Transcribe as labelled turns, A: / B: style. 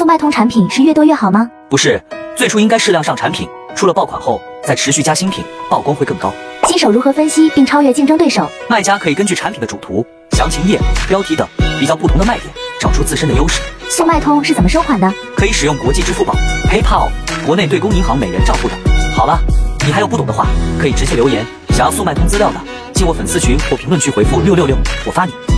A: 速卖通产品是越多越好吗？
B: 不是，最初应该适量上产品，出了爆款后再持续加新品，曝光会更高。
A: 新手如何分析并超越竞争对手？
B: 卖家可以根据产品的主图、详情页、标题等比较不同的卖点，找出自身的优势。
A: 速卖通是怎么收款的？
B: 可以使用国际支付宝、PayPal、国内对公银行美元账户等。好了，你还有不懂的话，可以直接留言。想要速卖通资料的，进我粉丝群或评论区回复六六六，我发你。